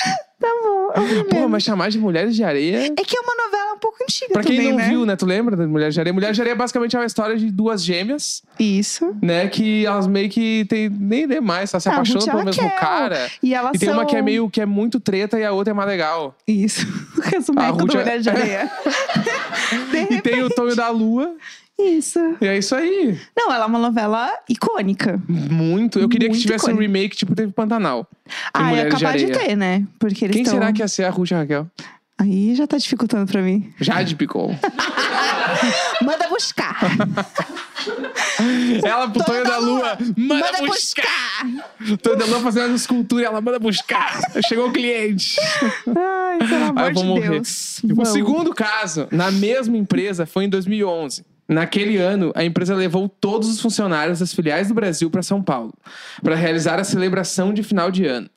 Speaker 1: Tá bom. eu vou
Speaker 2: Pô,
Speaker 1: mesmo.
Speaker 2: mas chamar de Mulheres de Areia.
Speaker 1: É que é uma novela um pouco antiga
Speaker 2: Pra quem
Speaker 1: também,
Speaker 2: não
Speaker 1: né?
Speaker 2: viu, né? Tu lembra da Mulheres de Areia? Mulheres de Areia basicamente é uma história de duas gêmeas,
Speaker 1: Isso.
Speaker 2: né? Que elas meio que tem, nem lê mais, elas se
Speaker 1: Ah,
Speaker 2: apaixonam
Speaker 1: Ruth e
Speaker 2: pelo mesmo
Speaker 1: Raquel.
Speaker 2: cara.
Speaker 1: E elas
Speaker 2: E tem uma
Speaker 1: são-
Speaker 2: que é meio que é muito treta e a outra é mais legal.
Speaker 1: Isso. O
Speaker 2: A
Speaker 1: resumeco
Speaker 2: Ruth
Speaker 1: do
Speaker 2: é-
Speaker 1: Mulher de Areia. De
Speaker 2: E tem o
Speaker 1: repente-
Speaker 2: Tonho da Lua,
Speaker 1: Isso.
Speaker 2: e é isso aí.
Speaker 1: Não, ela é uma novela icônica.
Speaker 2: Muito. Eu queria
Speaker 1: Muito
Speaker 2: que tivesse um
Speaker 1: icônico.
Speaker 2: remake, tipo, teve Pantanal. Tem
Speaker 1: Ah, é
Speaker 2: Mulheres de
Speaker 1: capaz de,
Speaker 2: Areia.
Speaker 1: ter, né? Porque eles
Speaker 2: Quem
Speaker 1: tão-
Speaker 2: será que é? ia ser a Ruth e a Raquel?
Speaker 1: Aí já tá dificultando pra mim.
Speaker 2: Jade Picon.
Speaker 1: Manda buscar.
Speaker 2: Ela pro Tonho da Lua, manda, buscar. Tonho da Lua fazendo uma escultura e ela manda buscar. Chegou o cliente.
Speaker 1: Ai, pelo
Speaker 2: Aí
Speaker 1: amor
Speaker 2: Ah, eu vou
Speaker 1: de
Speaker 2: morrer.
Speaker 1: Deus.
Speaker 2: O
Speaker 1: Vamos.
Speaker 2: segundo caso, na mesma empresa, foi em 2011. Naquele ano, a empresa levou todos os funcionários das filiais do Brasil para São Paulo, para realizar a celebração de final de ano.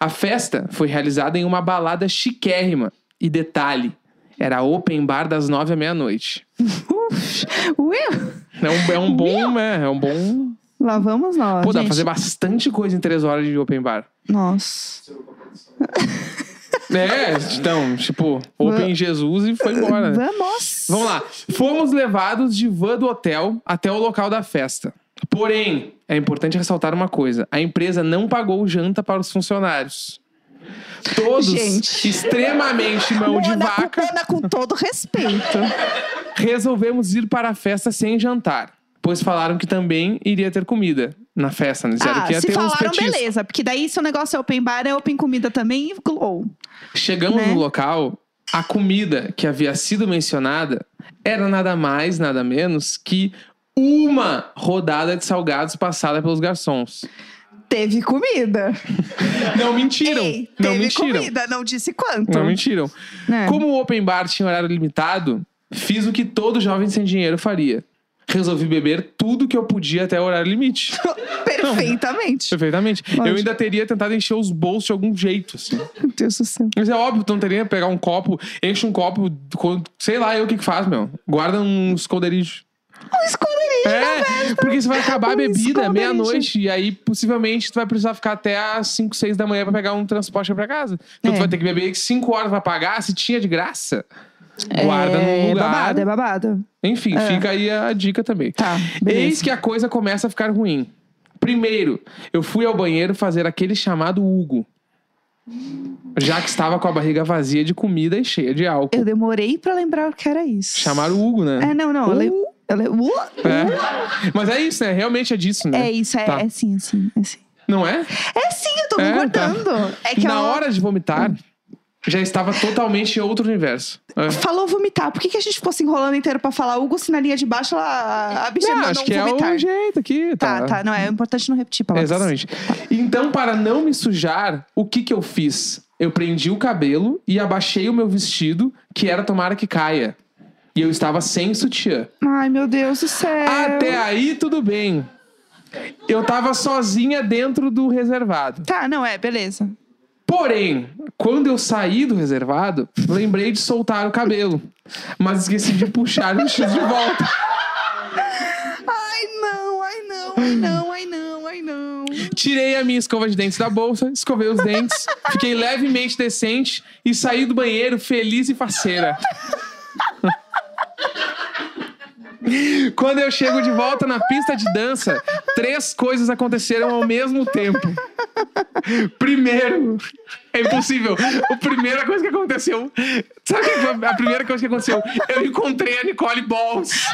Speaker 2: A festa foi realizada em uma balada chiquérrima. E detalhe, era open bar das nove à meia-noite.
Speaker 1: Uf, Will,
Speaker 2: É um, é um bom, é, é um bom.
Speaker 1: lá vamos nós.
Speaker 2: Pô, dá pra
Speaker 1: gente.
Speaker 2: fazer bastante coisa em três horas de open bar.
Speaker 1: Nossa.
Speaker 2: É, então, tipo, open Jesus e foi embora. né?
Speaker 1: Vamos.
Speaker 2: Vamos lá. Fomos levados de van do hotel até o local da festa. Porém, é importante ressaltar uma coisa: a empresa não pagou janta para os funcionários. Todos
Speaker 1: Gente.
Speaker 2: extremamente mão de
Speaker 1: Mona com-
Speaker 2: vaca,
Speaker 1: Mona, com todo respeito.
Speaker 2: resolvemos ir para a festa sem jantar, pois falaram que também iria ter comida na festa, né? Disseram
Speaker 1: ah,
Speaker 2: que ia
Speaker 1: se
Speaker 2: ter uns
Speaker 1: falaram,
Speaker 2: petiscos.
Speaker 1: beleza. Porque daí, se o negócio é open bar, é open comida também e glow.
Speaker 2: Chegamos
Speaker 1: né?
Speaker 2: no local, A comida que havia sido mencionada era nada mais, nada menos que uma rodada de salgados passada pelos garçons.
Speaker 1: Teve comida.
Speaker 2: Não mentiram.
Speaker 1: Ei,
Speaker 2: não
Speaker 1: teve
Speaker 2: mentiram.
Speaker 1: comida, não disse quanto.
Speaker 2: Não mentiram.
Speaker 1: É.
Speaker 2: Como o Open Bar tinha horário limitado, fiz o que todo jovem sem dinheiro faria. Resolvi beber tudo que eu podia até o horário limite.
Speaker 1: Perfeitamente.
Speaker 2: Perfeitamente. Eu
Speaker 1: Lógico.
Speaker 2: ainda teria tentado encher os bolsos de algum jeito, assim.
Speaker 1: Meu Deus do céu.
Speaker 2: Mas é óbvio, tu não teria que pegar um copo, enche um copo, co- sei lá eu o que que faz, meu. Guarda um esconderijo.
Speaker 1: Um esconderijo.
Speaker 2: É, porque você vai acabar a
Speaker 1: Um
Speaker 2: bebida
Speaker 1: esconderijo.
Speaker 2: meia-noite e aí possivelmente tu vai precisar ficar até às 5, 6 da manhã pra pegar um transporte pra casa. Então
Speaker 1: É.
Speaker 2: tu vai ter que beber 5 horas pra pagar, se tinha de graça. Guarda num
Speaker 1: é
Speaker 2: lugar.
Speaker 1: babado, é babado.
Speaker 2: Enfim, fica aí a dica também.
Speaker 1: Tá, beleza.
Speaker 2: Eis que a coisa começa a ficar ruim. Primeiro, eu fui ao banheiro fazer aquele chamado Hugo. Já que estava com a barriga vazia de comida e cheia de álcool.
Speaker 1: Eu demorei pra lembrar o que era isso.
Speaker 2: Chamaram o Hugo, né?
Speaker 1: É, não, não. Eu le... eu le- Uh,
Speaker 2: É. Mas é isso, né? Realmente é disso, né?
Speaker 1: É isso, é,
Speaker 2: Tá.
Speaker 1: é sim, é sim, é sim.
Speaker 2: Não é?
Speaker 1: É sim, eu tô
Speaker 2: É,
Speaker 1: concordando. É que
Speaker 2: Na
Speaker 1: ela
Speaker 2: hora de vomitar, já estava totalmente em outro universo. É.
Speaker 1: falou vomitar. Por que, que a gente ficou se enrolando inteiro pra falar Hugo se na linha de baixo ela, a bicha
Speaker 2: Não,
Speaker 1: mandou
Speaker 2: acho
Speaker 1: um
Speaker 2: que é
Speaker 1: vomitar?
Speaker 2: o jeito aqui.
Speaker 1: Tá, tá, não, é importante não repetir palavras.
Speaker 2: Exatamente. Então, para não me sujar, o que que eu fiz? Eu prendi o cabelo e abaixei o meu vestido, que era tomara que caia. E eu estava sem sutiã.
Speaker 1: Ai, meu Deus do céu.
Speaker 2: Até aí, tudo bem. Eu estava sozinha dentro do reservado.
Speaker 1: Tá, não, é, beleza.
Speaker 2: Porém, quando eu saí do reservado, lembrei de soltar o cabelo. Mas esqueci de puxar o X de volta.
Speaker 1: Ai, não, ai, não, ai, não, ai, não, ai, não.
Speaker 2: Tirei a minha escova de dentes da bolsa, escovei os dentes, fiquei levemente decente e saí do banheiro feliz e faceira. Quando eu chego de volta na pista de dança, três coisas aconteceram ao mesmo tempo. Primeiro, é impossível. A primeira coisa que aconteceu. Sabe o que foi a primeira coisa que aconteceu? Eu encontrei a Nicole Balls.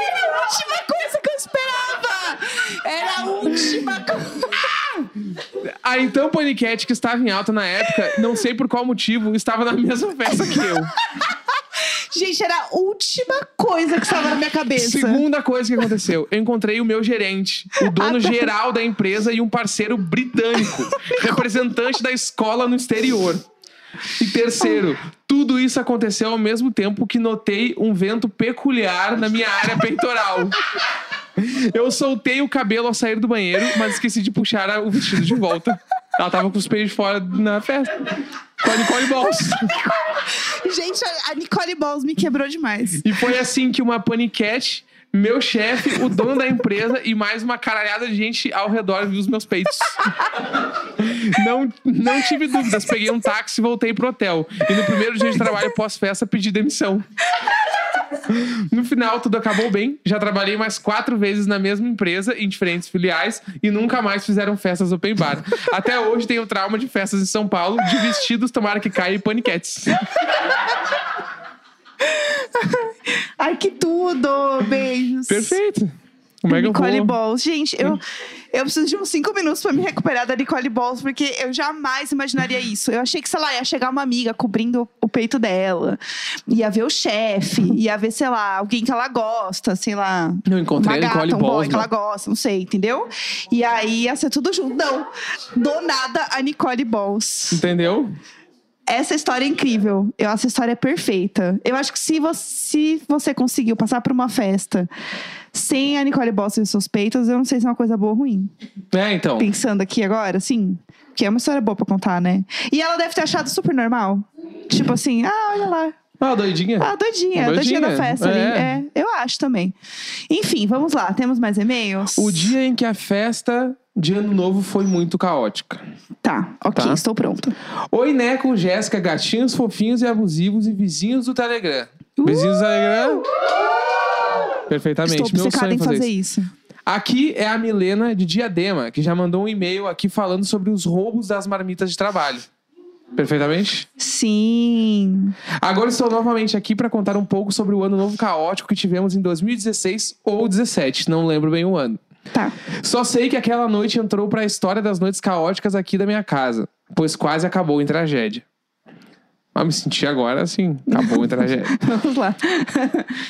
Speaker 1: Era a última coisa que eu esperava! Era a última coisa.
Speaker 2: A então Paniquete, que estava em alta na época, não sei por qual motivo, estava na mesma festa que eu.
Speaker 1: Gente, era a última coisa que estava na minha cabeça.
Speaker 2: Segunda coisa que aconteceu, eu encontrei o meu gerente, o dono geral da empresa e um parceiro britânico, representante da escola no exterior. E terceiro, tudo isso aconteceu ao mesmo tempo que notei um vento peculiar na minha área peitoral. Eu soltei o cabelo ao sair do banheiro, mas esqueci de puxar a- o vestido de volta. Ela tava com os peitos fora na festa. Com a Nicole Balls.
Speaker 1: Gente, a- a Nicole Balls me quebrou demais.
Speaker 2: E foi assim que uma paniquete, meu chefe, o dono da empresa e mais uma caralhada de gente ao redor viu os meus peitos. Não, não tive dúvidas, peguei um táxi e voltei pro hotel. E no primeiro dia de trabalho pós-festa pedi demissão. No final, tudo acabou bem. Já trabalhei mais quatro vezes na mesma empresa, em diferentes filiais, e nunca mais fizeram festas open bar. Até hoje tenho trauma de festas em São Paulo, de vestidos, tomara que caia e paniquetes.
Speaker 1: Ai, que tudo! Beijos.
Speaker 2: Perfeito. Como é que eu vou?
Speaker 1: Nicole Balls. Gente, eu, eu preciso de uns 5 minutos pra me recuperar da Nicole Balls, porque eu jamais imaginaria isso. Eu achei que, sei lá, ia chegar uma amiga cobrindo o peito dela, ia ver o chefe, ia ver, sei lá, alguém que ela gosta, sei lá.
Speaker 2: Não encontrei
Speaker 1: uma
Speaker 2: a Nicole
Speaker 1: gata, um boy
Speaker 2: Balls,
Speaker 1: que ela
Speaker 2: mano.
Speaker 1: gosta, não sei, entendeu? E aí ia ser tudo junto. Não, do nada a Nicole Balls.
Speaker 2: Entendeu?
Speaker 1: Essa história é incrível. Eu, essa história é perfeita. Eu acho que se você, se você conseguiu passar por uma festa sem a Nicole Boss e os seus peitos, eu não sei se é uma coisa boa ou ruim.
Speaker 2: É, então.
Speaker 1: Pensando aqui agora, sim. Porque é uma história boa pra contar, né? E ela deve ter achado super normal. Tipo assim, ah, olha lá.
Speaker 2: Ah, doidinha.
Speaker 1: Ah, doidinha,
Speaker 2: Doidinha.
Speaker 1: doidinha da festa
Speaker 2: É.
Speaker 1: ali. É, eu acho também. Enfim, vamos lá. Temos mais e-mails?
Speaker 2: O dia em que a festa de ano novo foi muito caótica.
Speaker 1: Tá, ok,
Speaker 2: Tá.
Speaker 1: estou pronta.
Speaker 2: Oi, Neco, Jéssica, gatinhos fofinhos e abusivos e vizinhos do Telegram.
Speaker 1: Uh!
Speaker 2: Vizinhos do Telegram? Perfeitamente.
Speaker 1: Estou
Speaker 2: Meu sonho
Speaker 1: obcecada
Speaker 2: é
Speaker 1: em
Speaker 2: fazer,
Speaker 1: fazer
Speaker 2: isso.
Speaker 1: isso.
Speaker 2: Aqui é a Milena de Diadema, que já mandou um e-mail aqui falando sobre os roubos das marmitas de trabalho. Perfeitamente?
Speaker 1: Sim.
Speaker 2: Agora estou novamente aqui para contar um pouco sobre o ano novo caótico que tivemos em 2016 ou 17, não lembro bem o ano.
Speaker 1: Tá.
Speaker 2: Só sei que aquela noite entrou pra história das noites caóticas aqui da minha casa, pois quase acabou em tragédia. Mas me senti agora assim, acabou em tragédia.
Speaker 1: Vamos lá.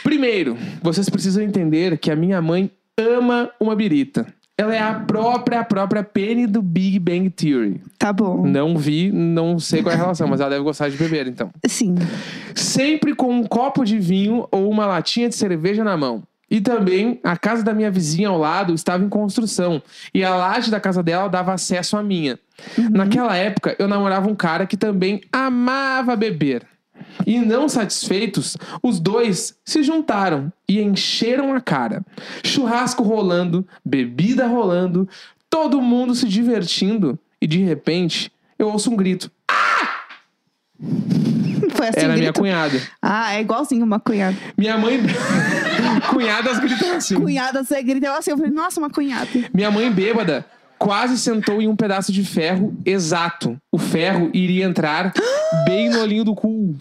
Speaker 2: Primeiro, vocês precisam entender que a minha mãe ama uma birita. Ela é a própria, a própria Penny do Big Bang Theory.
Speaker 1: Tá bom.
Speaker 2: Não vi, não sei qual é a relação, mas ela deve gostar de beber, então.
Speaker 1: Sim.
Speaker 2: Sempre com um copo de vinho ou uma latinha de cerveja na mão. E também, a casa da minha vizinha ao lado estava em construção. E a laje da casa dela dava acesso à minha.
Speaker 1: Uhum.
Speaker 2: Naquela época, eu namorava um cara que também amava beber. E não satisfeitos, os dois se juntaram e encheram a cara. Churrasco rolando, bebida rolando, todo mundo se divertindo. E de repente, eu ouço um grito.
Speaker 1: Foi assim
Speaker 2: Era
Speaker 1: o
Speaker 2: minha
Speaker 1: grito.
Speaker 2: cunhada.
Speaker 1: Ah, é igualzinho uma cunhada.
Speaker 2: Minha mãe. Cunhadas gritam assim.
Speaker 1: Cunhada, você grita assim. Eu falei, nossa, uma cunhada.
Speaker 2: Minha mãe bêbada quase sentou em um pedaço de ferro exato. O ferro iria entrar bem no olhinho do cu.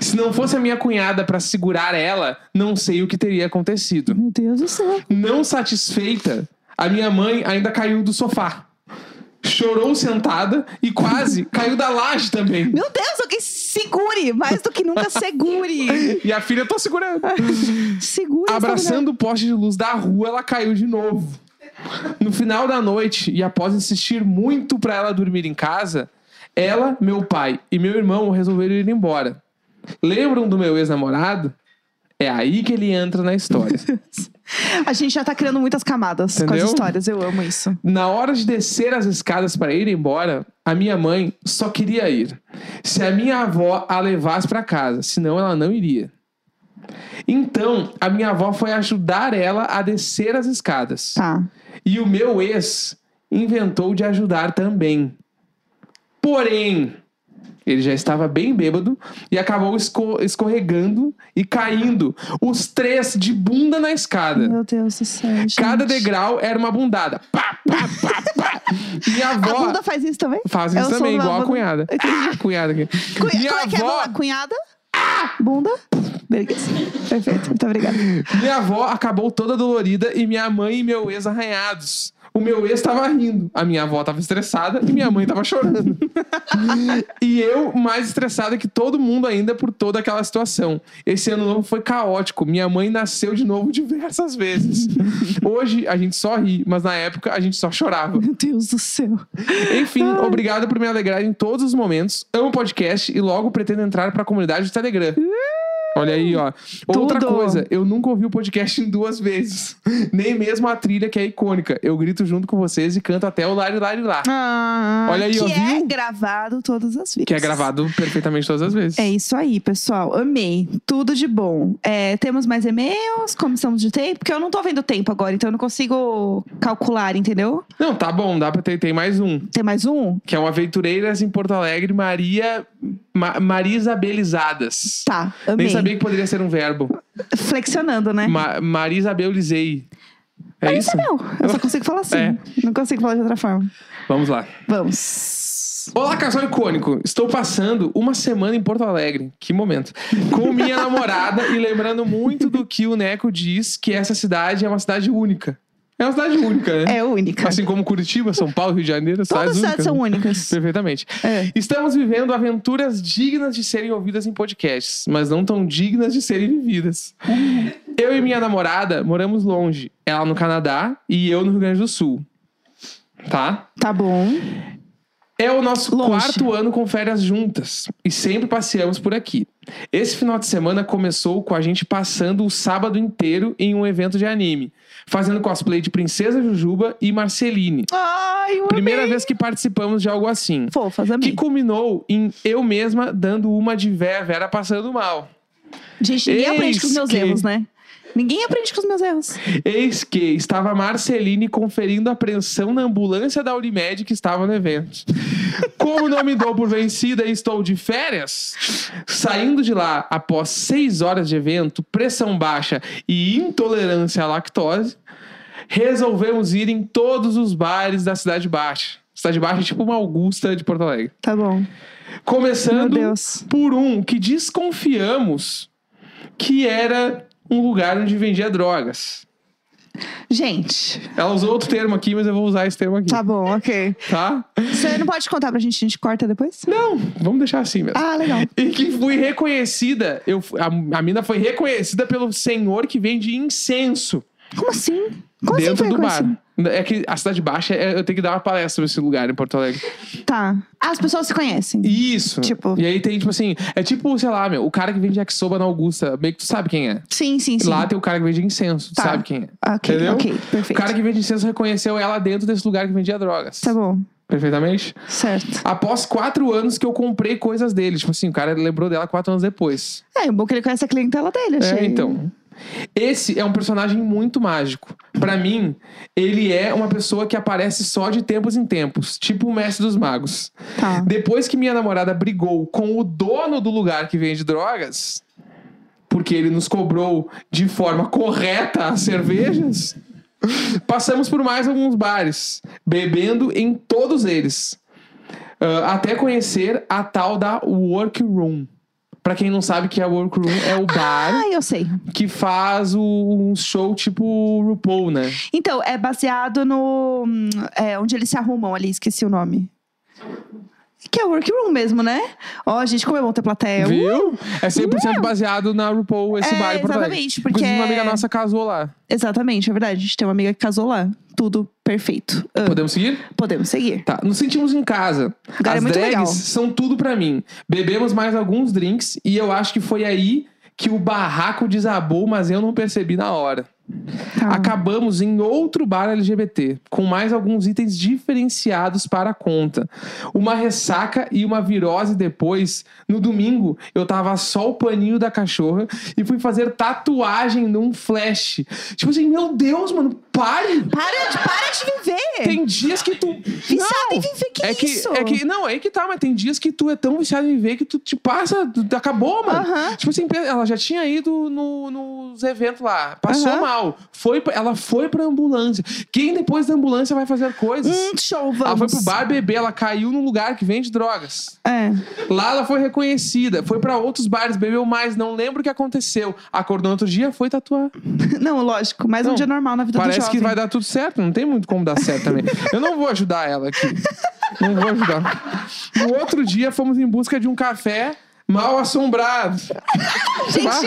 Speaker 2: Se não fosse a minha cunhada pra segurar ela, não sei o que teria acontecido.
Speaker 1: Meu Deus do céu.
Speaker 2: Não satisfeita, a minha mãe ainda caiu do sofá. Chorou sentada e quase caiu da laje também.
Speaker 1: Meu Deus, alguém segure! Mais do que nunca, segure!
Speaker 2: E a filha, eu tô segurando.
Speaker 1: Segure. essa
Speaker 2: Abraçando o poste de luz da rua, ela caiu de novo. No final da noite, e após insistir muito pra ela dormir em casa, ela, meu pai e meu irmão resolveram ir embora. Lembram do meu ex-namorado? É aí que ele entra na história.
Speaker 1: mulher. A gente já tá criando muitas camadas com
Speaker 2: Entendeu?
Speaker 1: as histórias. Eu amo isso.
Speaker 2: Na hora de descer as escadas para ir embora, a minha mãe só queria ir. Se a minha avó a levasse para casa, senão ela não iria. Então, a minha avó foi ajudar ela a descer as escadas.
Speaker 1: Tá.
Speaker 2: E o meu ex inventou de ajudar também. Porém, ele já estava bem bêbado e acabou esco- escorregando e caindo. Os três de bunda na escada.
Speaker 1: Meu Deus do céu. gente.
Speaker 2: É. Cada degrau era uma bundada. Pá, pá, pá, pá. E a
Speaker 1: A
Speaker 2: avó.
Speaker 1: bunda faz isso também?
Speaker 2: Faz
Speaker 1: É o
Speaker 2: isso
Speaker 1: som
Speaker 2: também,
Speaker 1: da
Speaker 2: igual a
Speaker 1: bunda.
Speaker 2: cunhada. Ah, cunhada aqui.
Speaker 1: Cunha-
Speaker 2: Minha
Speaker 1: Como é que é a
Speaker 2: avó,
Speaker 1: bunda? Cunhada? Bunda? Obrigada. Perfeito, muito obrigada.
Speaker 2: minha avó acabou toda dolorida e minha mãe e meu ex arranhados. O meu ex tava rindo, a minha avó tava estressada e minha mãe tava chorando. e eu mais estressada que todo mundo ainda por toda aquela situação. Esse ano novo foi caótico. Minha mãe nasceu de novo diversas vezes. Hoje a gente só ri, mas na época a gente só chorava.
Speaker 1: Meu Deus do céu.
Speaker 2: Enfim, obrigado por me alegrar em todos os momentos. Amo o podcast e logo pretendo entrar pra comunidade do Telegram. Olha aí, ó. Outra
Speaker 1: Tudo.
Speaker 2: coisa, eu nunca ouvi o podcast em duas vezes. Nem mesmo a trilha que é icônica. Eu grito junto com vocês e canto até o Lari Lari Lá. Olha aí,
Speaker 1: que
Speaker 2: ó,
Speaker 1: é
Speaker 2: viu?
Speaker 1: gravado todas as vezes.
Speaker 2: Que é gravado perfeitamente todas as vezes.
Speaker 1: É isso aí, pessoal. Amei. Tudo de bom. É, temos mais e-mails? Como estamos de tempo? Porque eu não tô vendo tempo agora, então eu não consigo calcular, entendeu?
Speaker 2: Não, tá bom, dá pra ter. Tem mais um.
Speaker 1: Tem mais um?
Speaker 2: Que é uma aventureiras em Porto Alegre, Maria. Ma, Marisabelizadas.
Speaker 1: Tá,
Speaker 2: Nem
Speaker 1: amei.
Speaker 2: sabia que poderia ser um verbo.
Speaker 1: Flexionando, né?
Speaker 2: Ma, Marisabelizei. É isso?
Speaker 1: Não, eu só consigo falar assim.
Speaker 2: É.
Speaker 1: Não consigo falar de outra forma.
Speaker 2: Vamos lá.
Speaker 1: Vamos.
Speaker 2: Olá, casal icônico. Estou passando uma semana em Porto Alegre. Que momento. Com minha namorada e lembrando muito do que o Neco diz, que essa cidade é uma cidade única. É uma cidade única, né?
Speaker 1: É única.
Speaker 2: Assim como Curitiba, São Paulo, Rio de Janeiro,
Speaker 1: Todas as
Speaker 2: cidades únicas.
Speaker 1: cidades são únicas.
Speaker 2: Perfeitamente.
Speaker 1: É.
Speaker 2: Estamos vivendo aventuras dignas de serem ouvidas em podcasts, mas não tão dignas de serem vividas. Eu e minha namorada moramos longe. Ela no Canadá e eu no Rio Grande do Sul. Tá?
Speaker 1: Tá bom.
Speaker 2: É o nosso
Speaker 1: Longe.
Speaker 2: quarto ano com férias juntas e sempre passeamos por aqui. Esse final de semana começou com a gente passando o sábado inteiro em um evento de anime, fazendo cosplay de Princesa Jujuba e Marceline.
Speaker 1: Ai, eu
Speaker 2: Primeira vez que participamos de algo assim,
Speaker 1: Fofas, amei.
Speaker 2: que culminou em eu mesma dando uma de Vera Vera passando mal.
Speaker 1: Gente, ninguém
Speaker 2: Eis
Speaker 1: aprende com os meus
Speaker 2: que-
Speaker 1: erros, né? Ninguém aprende com os meus erros.
Speaker 2: Eis que estava Marceline conferindo a apreensão na ambulância da Unimed que estava no evento. Como não me dou por vencida e estou de férias, saindo de lá após seis horas de evento, pressão baixa e intolerância à lactose, resolvemos ir em todos os bares da Cidade Baixa. Cidade Baixa é tipo uma Augusta de Porto Alegre.
Speaker 1: Tá bom. Meu
Speaker 2: Começando
Speaker 1: Deus.
Speaker 2: por um que desconfiamos que era um lugar onde vendia drogas.
Speaker 1: Gente,
Speaker 2: Ela usou outro termo aqui, mas eu vou usar esse termo aqui.
Speaker 1: tá bom, ok.
Speaker 2: tá?
Speaker 1: Você não pode contar pra gente, a gente corta depois?
Speaker 2: Não, vamos deixar assim mesmo.
Speaker 1: Ah, legal.
Speaker 2: E que fui reconhecida, eu, fu- a, a mina foi reconhecida pelo senhor que vende incenso
Speaker 1: Como assim? Como assim
Speaker 2: dentro
Speaker 1: foi
Speaker 2: do
Speaker 1: reconhecido?
Speaker 2: bar. É que a Cidade Baixa, é- eu tenho que dar uma palestra sobre esse lugar em Porto Alegre.
Speaker 1: Tá. Ah, as pessoas se conhecem.
Speaker 2: Isso.
Speaker 1: Tipo-
Speaker 2: E aí tem, tipo assim, é tipo, sei lá, meu, o cara que vende yakisoba na Augusta, meio que tu sabe quem é.
Speaker 1: Sim, sim, sim.
Speaker 2: Lá tem o cara que vende incenso, tu
Speaker 1: Tá.
Speaker 2: sabe quem é.
Speaker 1: ok,
Speaker 2: entendeu?
Speaker 1: ok,
Speaker 2: O
Speaker 1: perfeito.
Speaker 2: cara que vende incenso reconheceu ela dentro desse lugar que vendia drogas.
Speaker 1: Tá bom,
Speaker 2: Perfeitamente?
Speaker 1: certo.
Speaker 2: Após quatro anos que eu comprei coisas dele. Tipo assim, o cara lembrou dela quatro anos depois.
Speaker 1: É, o bom que ele conhece a clientela dele, achei.
Speaker 2: É, então. Esse é um personagem muito mágico. Pra mim, ele é uma pessoa que aparece só de tempos em tempos, tipo o mestre dos magos.
Speaker 1: Tá.
Speaker 2: Depois que minha namorada brigou com o dono do lugar que vende drogas, porque ele nos cobrou de forma correta as cervejas, passamos por mais alguns bares, bebendo em todos eles. Ah, até conhecer a tal da Workroom. Pra quem não sabe o que é a Workroom, é o bar
Speaker 1: Ah, eu sei.
Speaker 2: que faz o, um show tipo RuPaul, né?
Speaker 1: Então, é baseado no. hum, é, onde eles se arrumam ali, esqueci o nome. Que é o workroom mesmo, né? Ó, gente, como é bom ter plateia.
Speaker 2: Viu? É 100% baseado na RuPaul esse
Speaker 1: É,
Speaker 2: bar em Porto Alegre.
Speaker 1: exatamente, porque
Speaker 2: Inclusive, uma
Speaker 1: é-
Speaker 2: amiga nossa casou lá.
Speaker 1: Exatamente, é verdade. A gente tem uma amiga que casou lá. Tudo perfeito. Ah,
Speaker 2: Podemos seguir?
Speaker 1: podemos seguir.
Speaker 2: Tá, nos sentimos em casa.
Speaker 1: Lugar é
Speaker 2: As
Speaker 1: muito
Speaker 2: drags
Speaker 1: legal.
Speaker 2: são tudo pra mim. Bebemos mais alguns drinks e eu acho que foi aí que o barraco desabou, mas eu não percebi na hora.
Speaker 1: Tá.
Speaker 2: Acabamos em outro bar LGBT, com mais alguns itens diferenciados para a conta. Uma ressaca e uma virose depois. No domingo, eu tava só o paninho da cachorra e fui fazer tatuagem num flash. Tipo assim, meu Deus, mano, pare!
Speaker 1: Para, de, para de viver!
Speaker 2: Tem dias que tu.
Speaker 1: Viciado em viver, que
Speaker 2: é que,
Speaker 1: isso?
Speaker 2: é que Não, é que tá, mas tem dias que tu é tão viciado em viver que tu te passa. tu- Acabou, mano.
Speaker 1: Aham.
Speaker 2: Tipo assim, ela já tinha ido no- nos eventos lá. Passou
Speaker 1: Aham.
Speaker 2: mal. Foi, pra- ela foi pra ambulância. Quem depois da ambulância vai fazer coisas?
Speaker 1: Hum, show, vamos.
Speaker 2: Ela foi pro bar beber, ela caiu num lugar que vende drogas.
Speaker 1: É.
Speaker 2: Lá ela foi reconhecida, foi pra outros bares, bebeu mais, não lembro o que aconteceu. Acordou no outro dia, foi tatuar.
Speaker 1: Não, lógico, mas um
Speaker 2: Não,
Speaker 1: dia normal na vida do
Speaker 2: Parece
Speaker 1: jovem.
Speaker 2: que vai dar tudo certo, não tem muito como dar certo também. Eu não vou ajudar ela aqui. Não vou ajudar. No outro dia, fomos em busca de um café mal assombrado.
Speaker 1: Gente,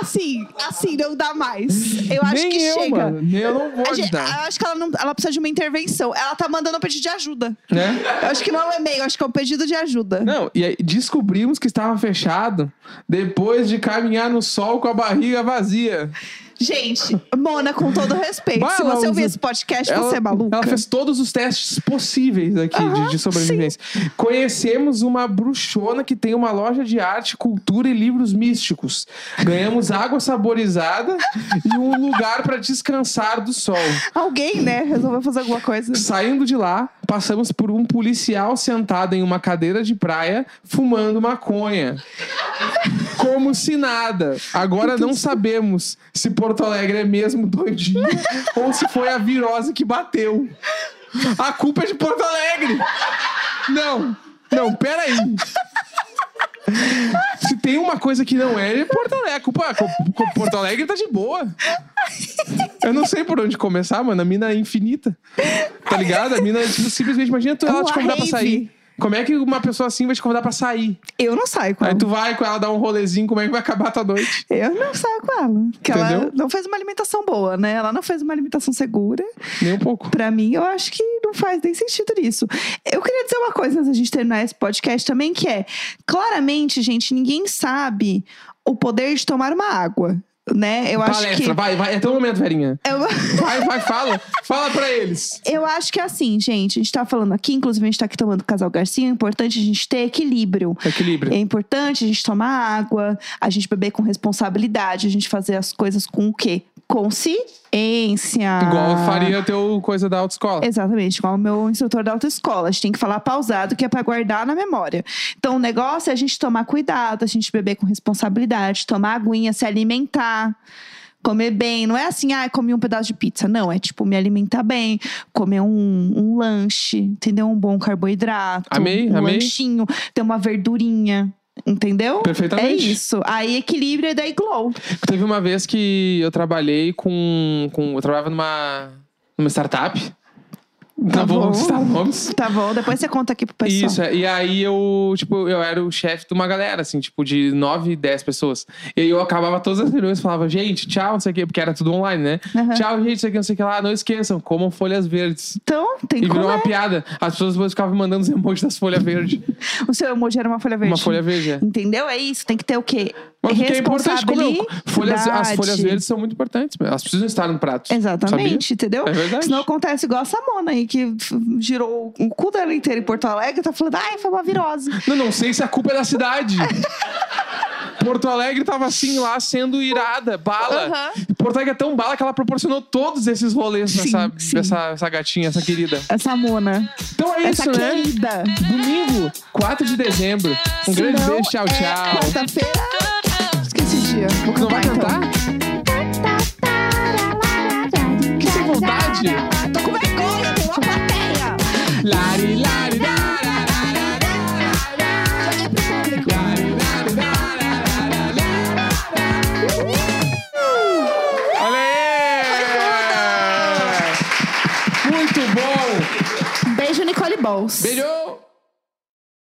Speaker 1: assim, assim, não dá mais. Eu acho
Speaker 2: Nem
Speaker 1: que
Speaker 2: eu,
Speaker 1: chega.
Speaker 2: mano. Nem Eu não vou
Speaker 1: A gente-
Speaker 2: ajudar.
Speaker 1: eu acho que ela, não, ela precisa de uma intervenção. Ela tá mandando um pedido de ajuda.
Speaker 2: Né?
Speaker 1: Eu acho que não é um e-mail, eu acho que é um pedido de ajuda.
Speaker 2: Não, e aí descobrimos que estava fechado depois de caminhar no sol com a barriga vazia.
Speaker 1: Gente, Mona, com todo respeito,
Speaker 2: Bah,
Speaker 1: se
Speaker 2: ela
Speaker 1: você ouvir
Speaker 2: usa-
Speaker 1: esse podcast, você é maluca.
Speaker 2: ela fez todos os testes possíveis aqui de, de sobrevivência. Conhecemos uma bruxona que tem uma loja de arte, cultura e livros místicos. Ganhamos água saborizada e um lugar para descansar do sol.
Speaker 1: Alguém, né, resolveu fazer alguma coisa.
Speaker 2: Saindo de lá, passamos por um policial sentado em uma cadeira de praia, fumando maconha. Como se nada. Agora não sabemos se Porto Alegre é mesmo doidinho ou se foi a virose que bateu. A culpa é de Porto Alegre! Não, não, peraí. Se tem uma coisa que não é, é Porto Alegre. A culpa, co- co- Porto Alegre tá de boa. Eu não sei por onde começar, mano. A mina é infinita. Tá ligado? A mina tipo, simplesmente imagina tu, ela
Speaker 1: Uma
Speaker 2: te convidar
Speaker 1: rave.
Speaker 2: pra sair. Como é que uma pessoa assim vai te convidar pra sair?
Speaker 1: Eu não saio com
Speaker 2: Aí
Speaker 1: ela.
Speaker 2: tu vai com ela dar um rolezinho, como é que vai acabar a tua noite?
Speaker 1: Eu não saio com ela. Porque ela
Speaker 2: Entendeu?
Speaker 1: não fez uma alimentação boa, né? Ela não fez uma alimentação segura.
Speaker 2: Nem um pouco.
Speaker 1: Pra mim, eu acho que não faz nem sentido isso. Eu queria dizer uma coisa antes da gente terminar esse podcast também, que é: claramente, gente, ninguém sabe o poder de tomar uma água, né? Eu acho
Speaker 2: Palestra,
Speaker 1: que.
Speaker 2: vai, vai. É teu momento, Verinha.
Speaker 1: Eu-
Speaker 2: Vai, vai, fala. Fala pra eles.
Speaker 1: Eu acho que é assim, gente. A gente tá falando aqui, inclusive a gente tá aqui tomando casal Garcia. É importante a gente ter equilíbrio.
Speaker 2: Equilíbrio.
Speaker 1: É importante a gente tomar água, a gente beber com responsabilidade, a gente fazer as coisas com o quê? Consciência.
Speaker 2: Igual faria teu coisa da autoescola.
Speaker 1: Exatamente, igual o meu instrutor da autoescola. A gente tem que falar pausado, que é pra guardar na memória. Então, o negócio é a gente tomar cuidado, a gente beber com responsabilidade, tomar aguinha, se alimentar, comer bem. Não é assim, ah, comi um pedaço de pizza. Não, é tipo, me alimentar bem, comer um, um lanche, entendeu? Um bom carboidrato.
Speaker 2: Amei,
Speaker 1: um
Speaker 2: amei.
Speaker 1: lanchinho, ter uma verdurinha. Entendeu?
Speaker 2: Perfeitamente.
Speaker 1: É isso. Aí equilíbrio e daí glow.
Speaker 2: Teve uma vez que eu trabalhei com. com eu trabalhava numa, numa startup.
Speaker 1: Tá
Speaker 2: Não vou
Speaker 1: bom.
Speaker 2: citar nomes.
Speaker 1: Tá bom, depois você conta aqui pro pessoal.
Speaker 2: Isso, é. e aí eu, tipo, eu era o chefe de uma galera, assim, tipo, de 9, 10 pessoas. E aí eu acabava todas as reuniões e falava, gente, tchau, não sei o quê, porque era tudo online, né?
Speaker 1: Aham.
Speaker 2: Tchau, gente, não sei o quê, não sei o que lá. Não esqueçam, comam folhas verdes.
Speaker 1: Então, tem
Speaker 2: E
Speaker 1: como.
Speaker 2: virou
Speaker 1: é.
Speaker 2: uma piada. As pessoas depois ficavam mandando os emojis das folhas verdes.
Speaker 1: O seu emoji era uma folha verde.
Speaker 2: Uma folha verde, é.
Speaker 1: Entendeu? É isso. Tem que ter o quê?
Speaker 2: Mas o que é importante, como eu-
Speaker 1: Responsabilidade.
Speaker 2: folhas, as folhas verdes são muito importantes. Elas precisam estar no prato.
Speaker 1: Exatamente, entendeu?
Speaker 2: É verdade.
Speaker 1: Senão acontece igual a Samona aí, que f- girou o cu dela inteiro em Porto Alegre, tá falando, ai, foi uma virose.
Speaker 2: Não, não sei se a culpa é da cidade. Porto Alegre tava assim lá sendo irada, bala.
Speaker 1: Aham.
Speaker 2: Porto Alegre é tão bala que ela proporcionou todos esses rolês
Speaker 1: Sim,
Speaker 2: nessa,
Speaker 1: sim.
Speaker 2: Essa, essa gatinha, essa querida.
Speaker 1: A Samona.
Speaker 2: Então é
Speaker 1: Essa
Speaker 2: isso, né?
Speaker 1: querida.
Speaker 2: Domingo, 4 de dezembro. Um grande
Speaker 1: Senão
Speaker 2: beijo, tchau,
Speaker 1: é
Speaker 2: tchau.
Speaker 1: Quarta-feira. Esqueci o dia. Vou
Speaker 2: Não vai
Speaker 1: então.
Speaker 2: cantar?
Speaker 1: então.
Speaker 2: Que sem vontade.
Speaker 1: Tô com vergonha, tem uma plateia.
Speaker 2: Lari, lari, dararara,
Speaker 1: Joguei pro público.
Speaker 2: lari, lari, dararara. Olha aí! Muito bom!
Speaker 1: Beijo, Nicole Balls.
Speaker 2: Beijo!